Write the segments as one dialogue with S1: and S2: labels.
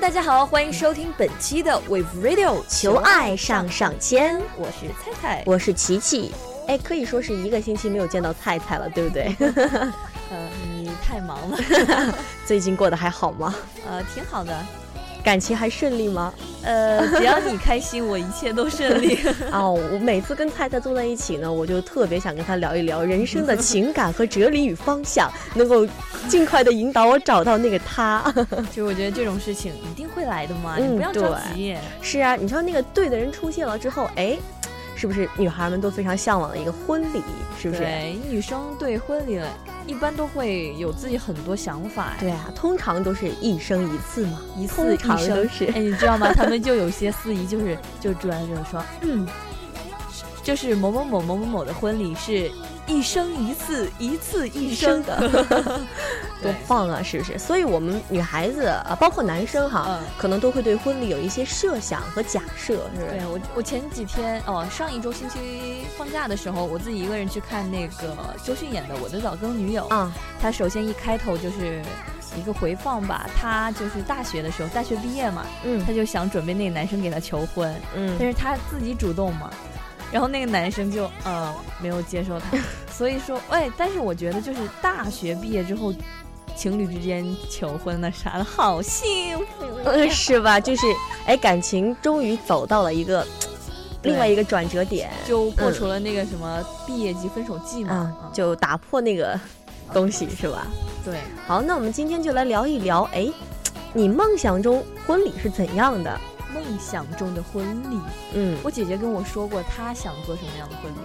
S1: 大家好，欢迎收听本期的 Wave Radio
S2: 求爱上上签，
S1: 我是菜菜，
S2: 我是琪琪。哎，可以说是一个星期没有见到菜菜了，对不对？
S1: 呃，你太忙了，
S2: 最近过得还好吗？
S1: 呃，挺好的，
S2: 感情还顺利 吗？
S1: 呃，只要你开心，我一切都顺 利。
S2: 哦，我每次跟菜菜坐在一起呢，我就特别想跟她聊一聊人生的情感和哲理与方向， 能够尽快的引导我找到那个他。
S1: 就我觉得这种事情一定会来的嘛，
S2: 嗯
S1: 你不要着急。
S2: 是啊，你知道那个对的人出现了之后，哎，是不是女孩们都非常向往的一个婚礼？是不是？
S1: 对，女生对婚礼一般都会有自己很多想法。
S2: 对啊，通常都是一生一次嘛，
S1: 一次
S2: 通
S1: 一
S2: 常都
S1: 生，
S2: 是
S1: 哎，你知道吗？他们就有些司仪就是就突然就是说，嗯，就是某某某某某某的婚礼是一生一次，一次一生的，
S2: 多棒啊，是不是？所以我们女孩子啊，包括男生哈，
S1: 嗯
S2: 可能都会对婚礼有一些设想和假设，是不
S1: 对
S2: 是？
S1: 我，我前几天哦，上一周星期放假的时候，我自己一个人去看那个周迅演的《我的早更女友》。
S2: 啊，
S1: 她首先一开头就是一个回放吧，她就是大学的时候，大学毕业嘛，
S2: 嗯
S1: 她就想准备那个男生给她求婚，但
S2: 嗯，
S1: 是她自己主动嘛，然后那个男生就呃没有接受 她，所以说，哎，但是我觉得就是大学毕业之后。情侣之间求婚那啥的，好幸福
S2: 呃，
S1: 呀！
S2: 是吧？就是哎，感情终于走到了一个
S1: 对
S2: 另外一个转折点
S1: 就破除了那个什么毕业及分手季嘛，
S2: 啊
S1: 嗯，
S2: 就打破那个东西，是吧？
S1: 对，
S2: 好，那我们今天就来聊一聊，哎，你梦想中婚礼是怎样的？
S1: 梦想中的婚礼。
S2: 嗯，
S1: 我姐姐跟我说过，她想做什么样的婚礼。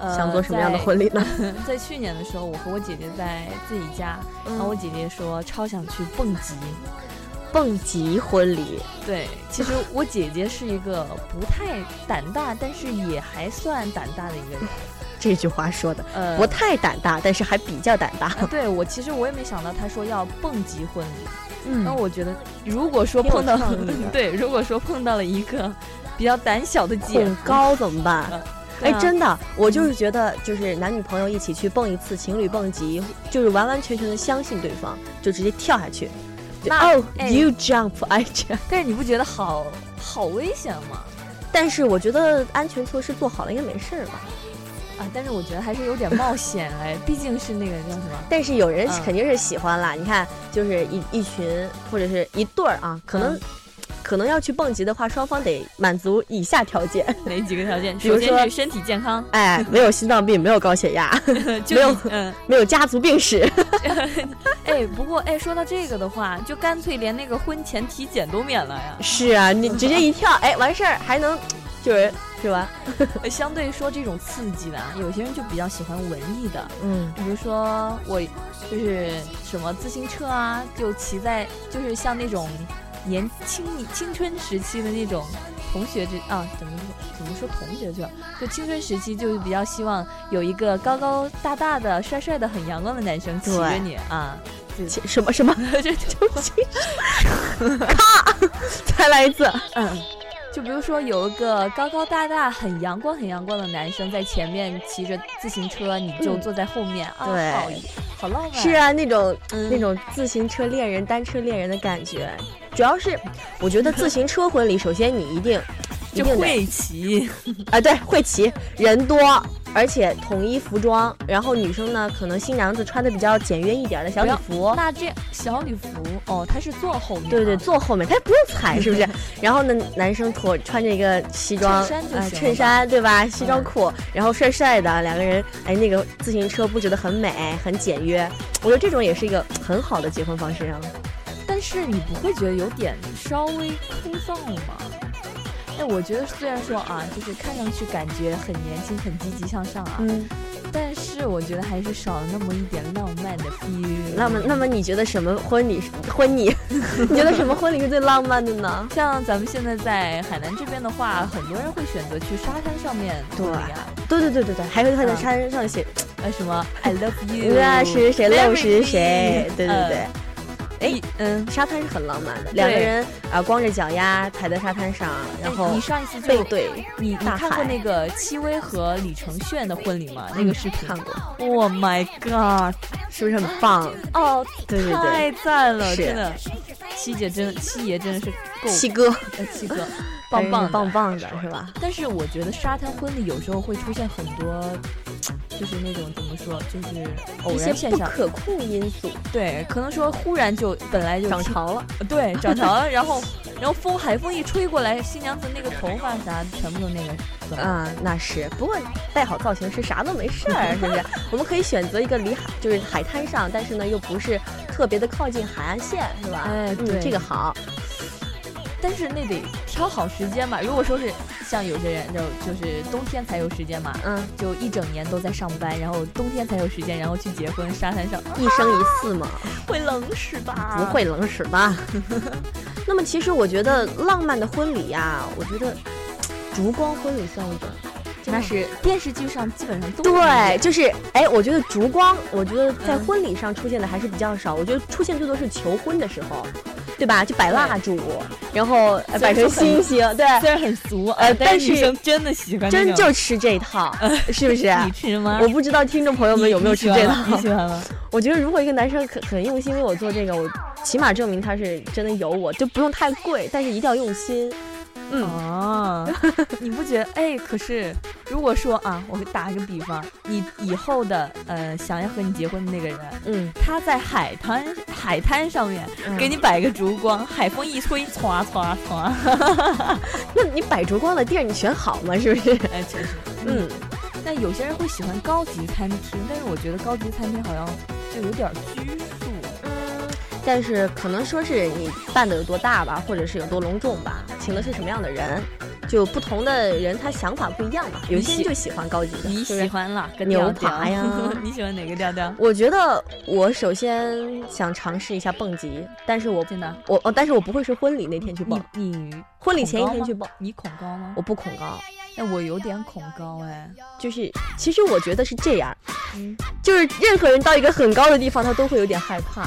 S1: 呃
S2: 想做什么样的婚礼呢？
S1: 在？ 在去年的时候，我和我姐姐在自己家，然后我
S2: 嗯
S1: 姐姐说超想去蹦极。
S2: 蹦极婚礼，
S1: 对，其实我姐姐是一个不太胆大，但是也还算胆大的一个 人。
S2: 这句话说的
S1: 呃，
S2: 不太胆大，但是还比较胆大。
S1: 呃对我其实我也没想到她说要蹦极婚礼。
S2: 嗯
S1: 那我觉得，如果说
S2: 挺有
S1: 碰到
S2: 创意的
S1: 对，如果说碰到了一个比较胆小的姐
S2: 恐高怎么办？
S1: 对
S2: 哎，
S1: 啊
S2: 真的，我就是觉得，就是男女朋友一起去蹦一次情侣蹦极，就是完完全全的相信对方，就直接跳下去。就
S1: 那
S2: oh,
S1: 哎
S2: you jump, I jump。
S1: 但是你不觉得好好危险吗？
S2: 但是我觉得安全措施做好了应该没事儿吧。
S1: 啊，但是我觉得还是有点冒险哎，毕竟是那个叫什么？
S2: 但是有人
S1: 嗯
S2: 肯定是喜欢啦，你看，就是一一群或者是一对儿啊，可能、
S1: 嗯
S2: 可能要去蹦极的话，双方得满足以下条件：
S1: 哪几个条件？
S2: 比如
S1: 首先
S2: 说
S1: 是身体健 康，
S2: 哎，没有心脏病，没有高血压，
S1: 就
S2: 没有
S1: 已嗯，
S2: 没有家族病史。。
S1: 哎，不过哎，说到这个的话，就干脆连那个婚前体检都免了呀
S2: 是 啊，你直接一跳，哎，完事儿还能，就是是吧？
S1: 呃相对说这种刺激的，啊，有些人就比较喜欢文艺的，
S2: 嗯，
S1: 比如说我就是什么自行车啊，就骑在就是像那种年青青春时期的那种同学之啊，怎么说怎么说同学去了？就青春时期就是比较希望有一个高高大大的、帅帅的、很阳光的男生骑着
S2: 对
S1: 你啊，
S2: 其什么什 么
S1: 这
S2: 东西？咔，再来一次。
S1: 嗯。就比如说有一个高高大大、很阳光、很阳光的男生在前面骑着自行车，你就
S2: 嗯
S1: 坐在后面、
S2: 对
S1: 啊，好好浪漫。
S2: 是，啊，那种
S1: 嗯
S2: 那种自行车恋人、单车恋人的感觉，主要是我 觉得自行车婚礼，首先你一定一
S1: 就
S2: 定得
S1: 会骑。
S2: 啊，对，会骑，人多，而且统一服装，然后女生呢，可能新娘子穿的比较简约一点的小礼服。
S1: 那这小礼服哦，它是坐后面啊，
S2: 对对，坐后面，他不用踩，是 不是？然后呢，男生脱穿着一个西装，
S1: 衬衫就
S2: 啊
S1: 行了
S2: 衬衫对吧？西装
S1: 嗯
S2: 裤，然后帅帅的，两个人，哎，那个自行车布置的很美，很简约，我觉得这种也是一个很好的结婚方式啊。
S1: 但是你不会觉得有点稍微枯燥吗？哎，我觉得虽然说啊，就是看上去感觉很年轻、很积极向上啊，
S2: 嗯，
S1: 但是我觉得还是少了那么一点浪漫的 feel。
S2: 那么那么你觉得什么婚礼是婚礼？ 你觉得什么婚礼是最浪漫的 呢？
S1: 像咱们现在在海南这边的话，很多人会选择去沙滩上面
S2: 对
S1: 婚礼啊，
S2: 对对对对对，还会会在
S1: 嗯
S2: 沙滩上写啊
S1: 呃，什么 I love you，
S2: 那谁谁谁
S1: Very
S2: 谁谁
S1: pretty，
S2: 对对对
S1: 呃，
S2: 哎
S1: 一，嗯，
S2: 沙滩是很浪漫的，两个人啊光着脚丫踩在沙滩上，然
S1: 哎
S2: 后
S1: 你上一次
S2: 背
S1: 就
S2: 对
S1: 你你
S2: 大
S1: 看过
S2: 海
S1: 那个戚薇和李承铉的婚礼吗？那
S2: 嗯
S1: 个视频
S2: 看过，
S1: ，Oh my god！
S2: 是不是很棒？
S1: 哦，
S2: 对对对，
S1: 太赞了，
S2: 是
S1: 真的。七姐真的，七爷真的是够
S2: 七哥，
S1: 呃七哥，棒棒的
S2: 棒。棒的哎是吧？
S1: 但是我觉得沙滩婚礼有时候会出现很多，就是那种怎么说，就是偶
S2: 一
S1: 然
S2: 些
S1: 现
S2: 不
S1: 象。
S2: 可控因素
S1: 对，可能说忽然就本来就
S2: 涨
S1: 听
S2: 潮了，
S1: 对，涨潮了，然后然后风海风一吹过来，新娘子那个头发啥全部都那个什么。
S2: 啊、那是。不过带好造型师啥都没事 儿，是不是？我们可以选择一个离海就是海滩上，但是呢又不是特别的靠近海岸线，是吧？
S1: 哎对
S2: 嗯，这个好。
S1: 但是那得挑好时间嘛。如果说是像有些人就就是冬天才有时间嘛，
S2: 嗯，
S1: 就一整年都在上班，然后冬天才有时间，然后去结婚，沙滩上
S2: 一生一次嘛，
S1: 会冷死吧？
S2: 不，会冷死吧？ 那么其实我觉得浪漫的婚礼呀、我觉得烛光婚礼算一个。真的
S1: 那是电视剧上基本上都是
S2: 对，就是哎，我觉得烛光，我觉得在
S1: 嗯
S2: 婚礼上出现的还是比较少，我觉得出现最多是求婚的时候，对吧？就摆蜡烛，然后
S1: 虽
S2: 呃
S1: 然
S2: 摆
S1: 说
S2: 成
S1: 很
S2: 星星，对，
S1: 虽然很俗，
S2: 呃
S1: 但
S2: 但
S1: 女
S2: 是
S1: 生真啊的喜欢那
S2: 真
S1: 种，
S2: 就吃这套，是不是？
S1: 你吃吗？
S2: 我不知道听众朋友们有没有吃这
S1: 个？你
S2: 套。
S1: 喜欢吗？
S2: 我觉得如果一个男生很很用心为我做这个，我起码证明他是真的有我，就不用太贵，但是一定要用心。嗯，
S1: 哦， 你不觉得？哎，可是如果说啊，我打个比方，你以后的呃想要和你结婚的那个人，
S2: 嗯，
S1: 他在海滩海滩上面给
S2: 你，
S1: 你摆个烛光，海风一吹，唰唰唰，
S2: 那你摆烛光的地儿你选好吗？是不是？
S1: 哎，确实，嗯。
S2: 嗯，
S1: 但有些人会喜欢高级餐厅，但是我觉得高级餐厅好像就有点拘束。
S2: 但是可能说是你办的有多大吧，或者是有多隆重吧，请的是什么样的人，就不同的人他想法不一样嘛。有些人就喜欢高级的，
S1: 你
S2: 是不是
S1: 喜欢哪个
S2: 牛
S1: 调调
S2: 扒呀
S1: 你喜欢哪个调调？
S2: 我觉得我首先想尝试一下蹦极，但是我
S1: 真的，
S2: 我哦，但是我不会是婚礼那天去蹦，
S1: 你你
S2: 婚礼前一天去蹦，
S1: 你恐高吗
S2: 我？不恐高。
S1: 哎，我有点恐高哎。
S2: 就是其实我觉得是这样，
S1: 嗯，
S2: 就是任何人到一个很高的地方，他都会有点害 怕，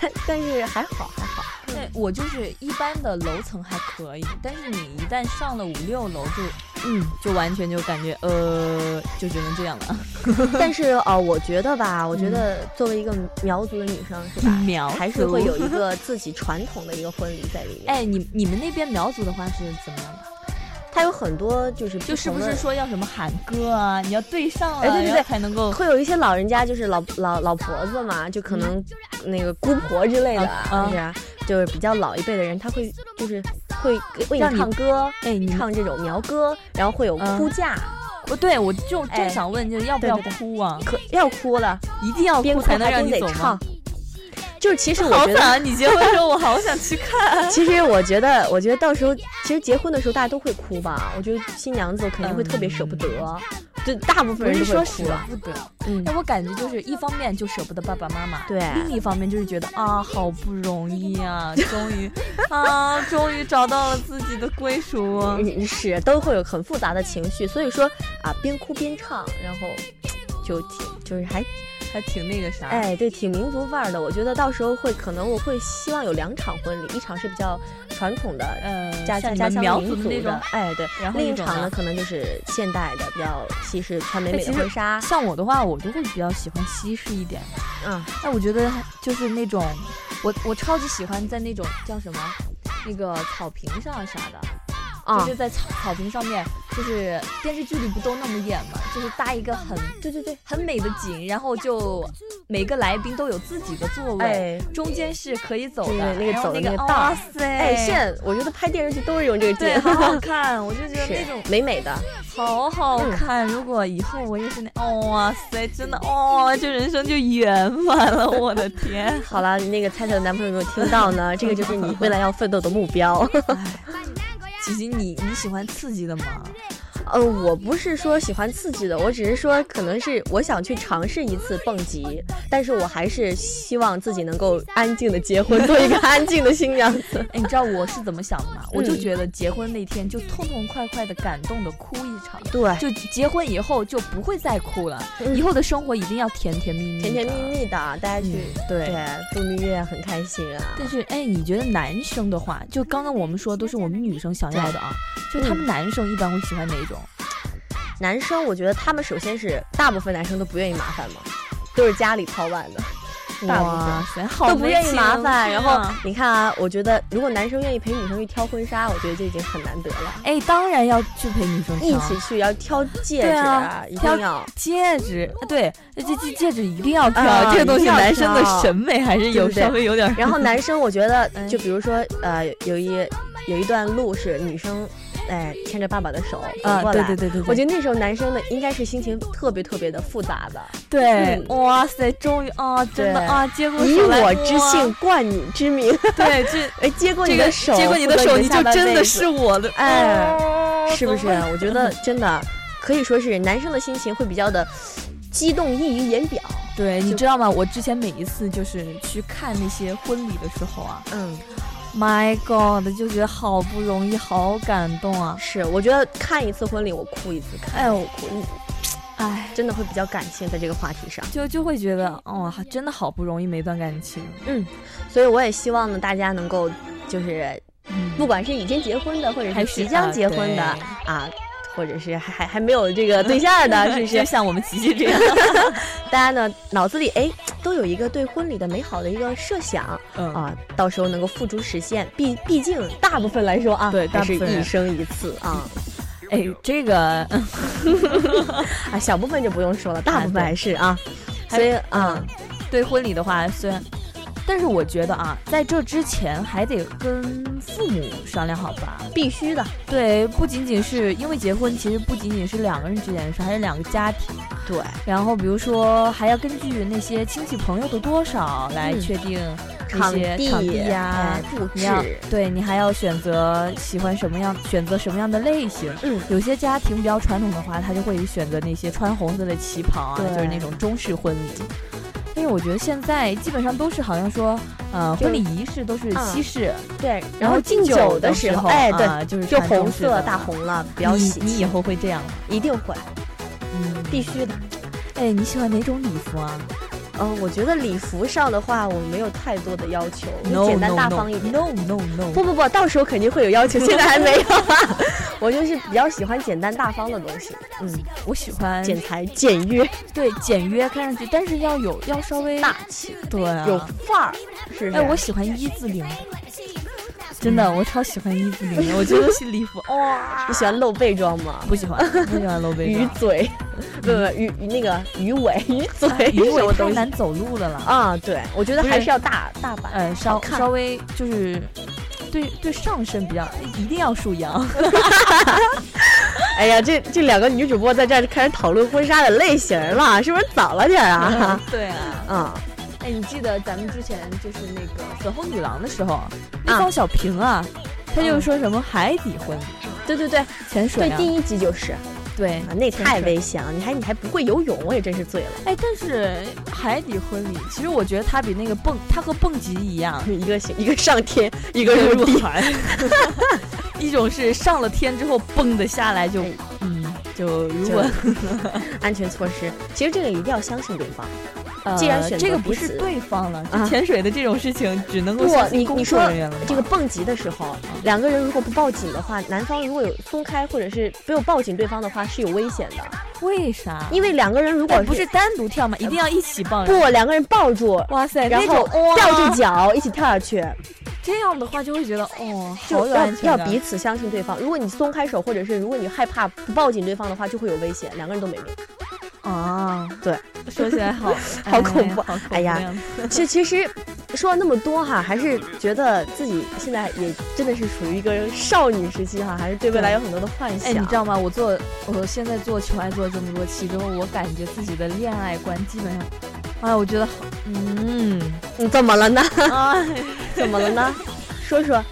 S2: 但但是还好还好。
S1: 对，我就是一般的楼层还可以，但是你一旦上了五六楼就
S2: 嗯，
S1: 就完全就感觉呃，就只能这样了。
S2: 但是哦、呃我觉得吧，我觉得
S1: 嗯
S2: 作为一个苗族的女生是 吧，
S1: 苗
S2: 嗯还是
S1: 族
S2: 会有一个自己传统的一个婚礼在里面。
S1: 哎，你你们那边苗族的话是怎么样的？
S2: 它有很多就是不
S1: 就是
S2: 同
S1: 不
S2: 的
S1: 是说要什么喊歌啊？你要对上了，
S2: 哎对对对
S1: 然后才能够
S2: 会有一些老人家，就是老老老婆子嘛，就可能那个姑婆之类的，
S1: 啊
S2: 是啊，就是比较老一辈的人，他会就是会给为
S1: 让
S2: 你
S1: 你
S2: 唱歌，
S1: 哎，你
S2: 唱这种苗歌，然后会有
S1: 嗯
S2: 哭架，
S1: 我对我就正
S2: 哎
S1: 想问，就是要不要
S2: 对对
S1: 哭啊？
S2: 可要哭了，
S1: 一定要
S2: 边
S1: 哭
S2: 哭
S1: 才能
S2: 还
S1: 让
S2: 边
S1: 你
S2: 得
S1: 走吗
S2: 唱？。就是其实我
S1: 好惨
S2: 觉得，
S1: 啊！你结婚的时候，我好想去看。
S2: 其实我觉得，我觉得到时候其实结婚的时候大家都会哭吧，我觉得新娘子肯定会特别舍不得，就 大部分人都会哭了，
S1: 不得，
S2: 嗯
S1: 但我感觉就是一方面就舍不得爸爸妈妈，
S2: 对
S1: 另一方面就是觉得啊，好不容易 啊，终于啊，终于找到了自己的归属。
S2: 嗯是都会有很复杂的情绪，所以说啊，边哭边唱，然后就挺就是还
S1: 还挺那个啥，，
S2: 哎对，挺民族范儿的。我觉得到时候会可能我会希望有两场婚礼，一场是比较传统的
S1: 呃，
S2: 家
S1: 像你
S2: 家
S1: 们
S2: 乡
S1: 苗
S2: 民
S1: 族
S2: 族
S1: 的那种
S2: 的，，哎对，
S1: 然后
S2: 另
S1: 一
S2: 一
S1: 种
S2: 场呢
S1: 呢，
S2: 可能就是现代的，比较西式穿美
S1: 哎
S2: 美
S1: 其
S2: 的
S1: 实
S2: 婚纱，
S1: 像我的话，我就会比较喜欢西式一点。
S2: 嗯
S1: 但我觉得就是那种，我我超级喜欢在那种叫什么，那个草坪上啥的，
S2: 啊
S1: 就是在草草坪上面，就是电视剧里不都那么演嘛，就是搭一个很对对对很美的景，然后就每个来宾都有自己的座位，
S2: 哎
S1: 中间是可以走的，
S2: 对那个
S1: 然后
S2: 走的
S1: 那
S2: 那个道儿
S1: 哇塞，
S2: 哎，现在我觉得拍电视剧都是用这个
S1: 对，
S2: 劲，
S1: 好好看，我就觉得
S2: 是
S1: 那种
S2: 美美的，
S1: 好好
S2: 嗯
S1: 看。如果以后我也是那，哦哇塞，真的，哦，这人生就圆满了，我的 天！
S2: 好了，那个菜菜的男朋友有没有听到呢？这个就是你未来要奋斗的目标。
S1: 琪琪，你你喜欢刺激的吗？
S2: 呃，我不是说喜欢刺激的，我只是说可能是我想去尝试一次蹦极，但是我还是希望自己能够安静的结婚，做一个安静的新娘 子。
S1: 哎，你知道我是怎么想的吗？我就
S2: 嗯
S1: 觉得结婚那天就痛痛快快的、感动的哭一场，
S2: 对，
S1: 就结婚以后就不会再哭了，
S2: 嗯
S1: 以后的生活一定要甜甜蜜蜜的，
S2: 甜甜蜜蜜的，啊大家去、
S1: 嗯，对。
S2: 对度蜜月很开心啊。
S1: 但是，哎，你觉得男生的话，就刚刚我们说都是我们女生想要的啊，就他们
S2: 嗯
S1: 男生一般会喜欢哪种？
S2: 男生我觉得他们首先是大部分男生都不愿意麻烦嘛，都是家里操办的。大部分
S1: 哇塞，好
S2: 都不愿意
S1: 没情
S2: 麻烦。
S1: 趣
S2: 然后
S1: 啊
S2: 你看啊，我觉得如果男生愿意陪女生去挑婚纱，我觉得就已经很难得了。
S1: 哎，当然要去陪女生
S2: 一
S1: 挑
S2: 起去要挑戒指，
S1: 啊对啊
S2: 一
S1: 挑
S2: 定要
S1: 戒指，啊对，这这戒指一定要挑，
S2: 啊
S1: 这个东西
S2: 一定要
S1: 男生的
S2: 挑
S1: 审美还是
S2: 对
S1: 有
S2: 不对
S1: 稍微有 点儿。
S2: 然后男生，我觉得
S1: 哎
S2: 就比如说，呃，有一有一段路是女生，哎，牵着爸爸的手走
S1: 啊，
S2: 过
S1: 对
S2: 来。
S1: 对对对，
S2: 我觉得那时候男生的应该是心情特别特别的复杂的，
S1: 得对，
S2: 嗯
S1: 哇塞，终于啊，真的
S2: 对
S1: 啊，接过
S2: 以
S1: 手来
S2: 我之，
S1: 哇
S2: 幸冠你之名，
S1: 对，这
S2: 哎，接过
S1: 这
S2: 你
S1: 个
S2: 的手，
S1: 接过你的
S2: 负责
S1: 手，
S2: 你
S1: 你就
S2: 下半
S1: 真
S2: 辈
S1: 的
S2: 子
S1: 是我的，
S2: 哎
S1: 哦
S2: 是不是
S1: 怎么会？
S2: 我觉得真的可以说是男生的心情会比较的呃激动，溢于言表。
S1: 对，你
S2: 就
S1: 知道吗？我之前每一次就是去看那些婚礼的时候啊
S2: 嗯，
S1: ，My God，就觉得好不容易，好感动啊！
S2: 是，我觉得看一次婚礼，我哭一次看，
S1: 哎，我我，哎，
S2: 真的会比较感性在这个话题上。
S1: 就就会觉得，
S2: 嗯
S1: 哦，真的好不容易每段感 情，
S2: 所以我也希望呢，大家能够就是，
S1: 嗯
S2: 不管是已经结婚的，或者
S1: 还是
S2: 是即将结婚的
S1: 啊
S2: 啊。或者是还还还没有这个对象 的，是不？
S1: 就是像我们琪琪这 样，
S2: 大家呢脑子里哎都有一个对婚礼的美好的一个设想
S1: 嗯，
S2: 啊，到时候能够付诸实现。毕毕竟大部分来说啊，
S1: 对大
S2: 还
S1: 部
S2: 是
S1: 分人
S2: 一生一次啊。
S1: 哎，这个，嗯
S2: 啊，小部分就不用说了，大部分还是啊，所以啊，
S1: 嗯对婚礼的话，虽然，但是我觉得啊，在这之前还得跟父母商量好吧。
S2: 必须的，
S1: 对，不仅仅是因为结婚，其实不仅仅是两个人之间的事，还是两个家庭。
S2: 对，
S1: 然后比如说还要根据那些亲戚朋友的多少来
S2: 嗯
S1: 确定
S2: 场
S1: 一些
S2: 地
S1: 场地呀、
S2: 哎布
S1: 你要
S2: 置，
S1: 对你还要选择喜欢什么样，选择什么样的类型。
S2: 嗯，
S1: 有些家庭比较传统的话，他就会选择那些穿红色的旗袍啊，
S2: 对
S1: 就是那种中式婚礼。但是我觉得现在基本上都是好像说，呃，
S2: 就
S1: 婚礼仪式都是
S2: 啊
S1: 西式，
S2: 对，
S1: 然
S2: 然后敬酒
S1: 的
S2: 时
S1: 候，
S2: 哎，对，
S1: 啊、就是
S2: 就
S1: 穿中
S2: 红
S1: 式的
S2: 色大
S1: 了
S2: 红了，
S1: 你
S2: 比较喜
S1: 你以
S2: 气，
S1: 后会这样吗？
S2: 一定会，
S1: 嗯，
S2: 必须的。
S1: 哎，你喜欢哪种礼服啊
S2: 呃，我觉得礼服上的话，我没有太多的要求，
S1: ？No
S2: 就
S1: no
S2: 简单
S1: no
S2: 大方一点。
S1: No no no，
S2: 不不不，到时候肯定会有要求，现在还没有。啊 我就是比较喜欢简单大方的东西，嗯，
S1: 我喜欢
S2: 剪裁简约
S1: 对简约，看上去但是要有要稍微
S2: 大气，
S1: 对啊。
S2: 有嗯范儿，是不是？
S1: 哎，我喜欢一字领，真的，我超喜欢一字领的，我觉得是礼服，哇，
S2: 你喜欢露背装吗？
S1: 不喜欢，不喜欢露背
S2: 鱼
S1: 装，
S2: 嘴，不不鱼鱼那个鱼尾，啊鱼嘴
S1: 哎，鱼
S2: 是什
S1: 尾
S2: 么
S1: 太
S2: 东西
S1: 难走路的了，
S2: 啊？对，我觉得
S1: 不
S2: 还
S1: 是
S2: 是要大大版。
S1: 呃，稍
S2: 好看
S1: 稍微就是对对上身比较，一定要束腰，
S2: 哎呀，这这两个女主播在这儿开始讨论婚纱的类型了，是不是早了点儿啊？
S1: 对 啊，
S2: 嗯，
S1: 哎，你记得咱们之前就是那个粉红女郎的时候，那
S2: 啊
S1: 方小平啊，他就
S2: 嗯
S1: 说什么海底婚礼、
S2: 对对对，
S1: 潜水
S2: 对，
S1: 啊，
S2: 第一集就是啊，
S1: 对
S2: 那太
S1: 是
S2: 危险了，你还你还不会游泳，我也真是醉了，
S1: 哎，但是海底婚礼，其实我觉得它比那个蹦，它和蹦极一样，
S2: 一个行一个上天，一 个入 地，
S1: 海。一种是上了天之后蹦的下来就
S2: 哎，
S1: 嗯，就如
S2: 就
S1: 果
S2: 安全措施。其实这个一定要相信对方。
S1: 呃，
S2: 既然选择
S1: 这个
S2: 彼
S1: 不是
S2: 此
S1: 对方了，
S2: 啊
S1: 就潜水的这种事情只能够
S2: 不
S1: 相，信
S2: 你
S1: 工
S2: 你
S1: 作
S2: 说
S1: 人员了吧。
S2: 这个蹦极的时候，两个人如果不报警的话，男方如果有松开或者是没有报警对方的话，是有危险的。
S1: 为啥？
S2: 因为两个人如果
S1: 哎不是单独跳嘛，一定要一起蹦。
S2: 不两个人抱住，
S1: 哇塞，
S2: 然
S1: 那
S2: 后
S1: 种哇
S2: 吊住脚一起跳下去，
S1: 这样的话就会觉得哦，好
S2: 就
S1: 有
S2: 要
S1: 安全
S2: 要
S1: 感。
S2: 彼此相信对方。如果你松开手，或者是如果你害怕不抱紧对方的话，就会有危险，两个人都没命。
S1: 啊，
S2: 对，
S1: 说起来好
S2: 好恐怖
S1: 哎好恐
S2: 哎呀
S1: 的样子
S2: 其其实说了那么多哈，还是觉得自己现在也真的是属于一个少女时期哈，还是对未来有很多的幻想。
S1: 哎，你知道吗？我做我现在做求爱做了这么多期之后，我感觉自己的恋爱观基本上，哎，我觉得好，嗯，
S2: 你怎么了呢？
S1: 哎，
S2: 怎么了呢？说说。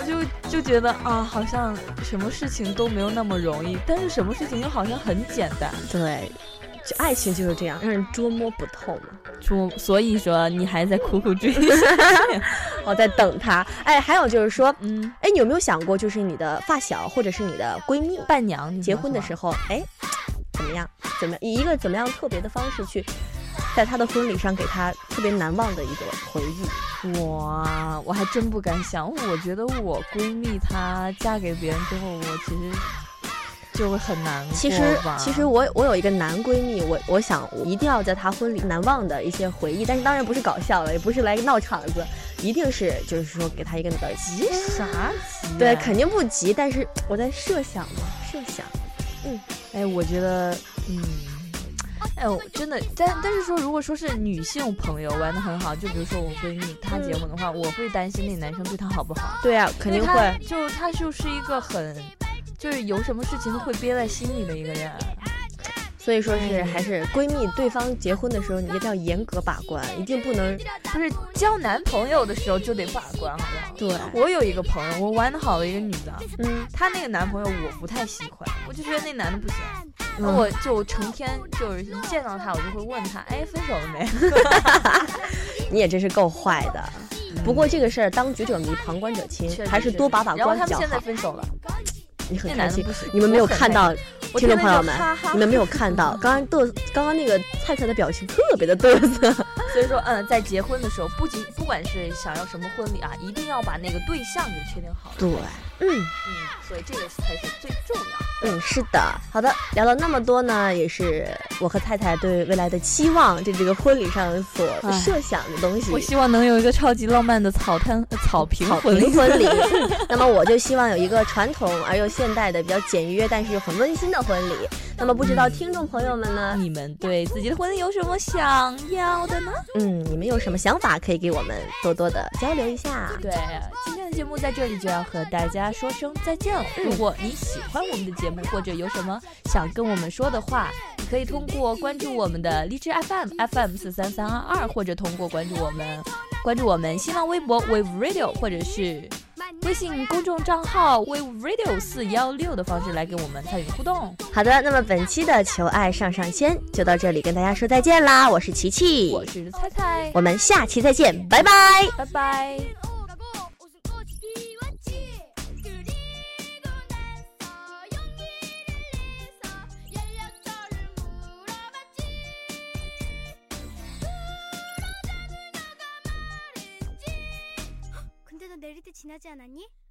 S1: 我就就觉得啊，好像什么事情都没有那么容易，但是什么事情又好像很简单。
S2: 对，就爱情就是这样，让人捉摸不透嘛。
S1: 就所以说，你还在苦苦 追
S2: 我在等他。哎，还有就是说，
S1: 嗯，
S2: 哎，你有没有想过，就是你的发小或者是你的闺蜜
S1: 伴娘你
S2: 结婚的时
S1: 候，
S2: 候，哎，怎么样？怎么样？以一个怎么样特别的方式去，在他的婚礼上给他特别难忘的一个回忆？
S1: 哇，我还真不敢想。我觉得我闺蜜她嫁给别人之后，我其实就会很难过
S2: 其实，其实我我有一个男闺蜜，我我想我一定要在他婚礼难忘的一些回忆，但是当然不是搞笑了，也不是来闹场子，一定是就是说给他一个的
S1: 急啥急、
S2: 对，肯定不急，但是我在设想嘛，设想，
S1: 哎，我觉得，嗯，哎，我真的，但但是说，如果说是女性朋友玩的很好，就比如说我闺蜜，她结婚的话，我会担心那男生对她好不好，
S2: 对啊，肯定
S1: 因为
S2: 会
S1: 她，就她就是一个很，就是有什么事情都会憋在心里的一个人。啊
S2: 所以说是
S1: 嗯
S2: 还是闺蜜，对方结婚的时候你一定要严格把关，一定不能
S1: 不是交男朋友的时候就得把关，好不好？
S2: 对，
S1: 我有一个朋友，我玩的好的一个女的，
S2: 嗯，
S1: 她那个男朋友我不太喜欢，我就觉得那男的不行。那
S2: 嗯
S1: 我就成天就是一见到他，我就会问他，哎，分手了没？
S2: 你也真是够坏的。不过这个事儿，当局者迷，旁观者清
S1: 确，实
S2: 还是多把把
S1: 然后
S2: 关
S1: 他们
S2: 较
S1: 现在
S2: 啊好。
S1: 分手了，
S2: 你
S1: 那
S2: 很开
S1: 男的
S2: 心，
S1: 不行。
S2: 你们没有看到，
S1: 我天
S2: 听众
S1: 天
S2: 朋友
S1: 就
S2: 们
S1: 哈哈
S2: 你们没有看到， 刚刚嘚，刚刚那个菜菜的表情特别的嘚瑟。
S1: 所以说，嗯，在结婚的时候，不仅不管是想要什么婚礼啊，一定要把那个对象给确定好。
S2: 对，嗯。
S1: 嗯，所以这个才是最重要。
S2: 嗯，是的，好的，聊了那么多呢，也是我和太太对未来的期望，这这个婚礼上所
S1: 哎
S2: 设想的东西。
S1: 望能有一个超级浪漫的草滩呃草坪
S2: 好灵婚礼，那么我就希望有一个传统而又现代的、比较简约但是又很温馨的婚礼。那么不知道听众朋友们呢，
S1: 你们对自己的婚礼有什么想要的呢？
S2: 嗯，你们有什么想法可以给我们多多的交流一下？
S1: 对，今天的节目在这里就要和大家说声再见了。如果你喜欢我们的节目，或者有什么想跟我们说的话，你可以通过关注我们的荔枝 FM FM 四三三二二，或者通过关注我们关注我们新浪微博 Wave Radio，或者是微信公众账号 Wave Radio 四幺六的方式来跟我们参与互动。
S2: 好的，那么本期的求爱上上签就到这里，跟大家说再见啦！我是琪琪，
S1: 我是菜菜，
S2: 我们下期再见，拜拜。
S1: 拜拜。
S3: 오가고 웃음 꽃이 피웠지 그리고 나서 용기를 내서 연락처를 물어봤지 그러자는 너가 말했지 근데 너 내릴 때 지나지 않았니?